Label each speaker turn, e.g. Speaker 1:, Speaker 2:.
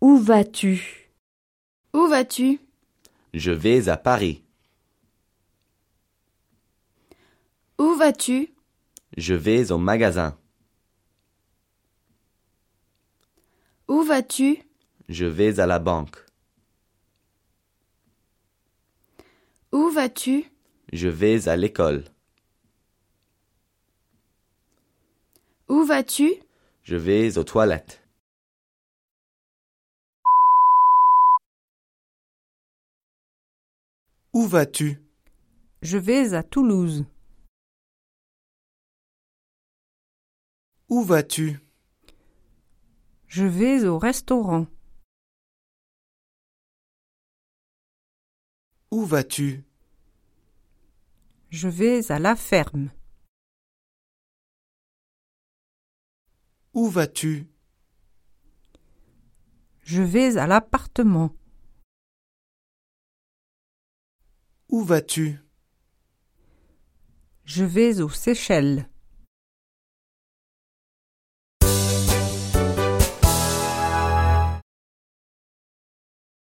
Speaker 1: Où vas-tu
Speaker 2: Où vas-tu
Speaker 3: Je vais à Paris.
Speaker 2: Où vas-tu
Speaker 3: Je vais au magasin.
Speaker 2: Où vas-tu
Speaker 3: Je vais à la banque.
Speaker 2: Où vas-tu
Speaker 3: Je vais à l'école.
Speaker 2: Où vas-tu
Speaker 3: Je vais aux toilettes.
Speaker 4: Où vas-tu
Speaker 5: Je vais à Toulouse.
Speaker 4: Où vas-tu
Speaker 5: Je vais au restaurant.
Speaker 4: Où vas-tu
Speaker 5: Je vais à la ferme.
Speaker 4: Où vas-tu
Speaker 5: Je vais à l'appartement.
Speaker 4: Où vas-tu
Speaker 5: Je vais aux Seychelles.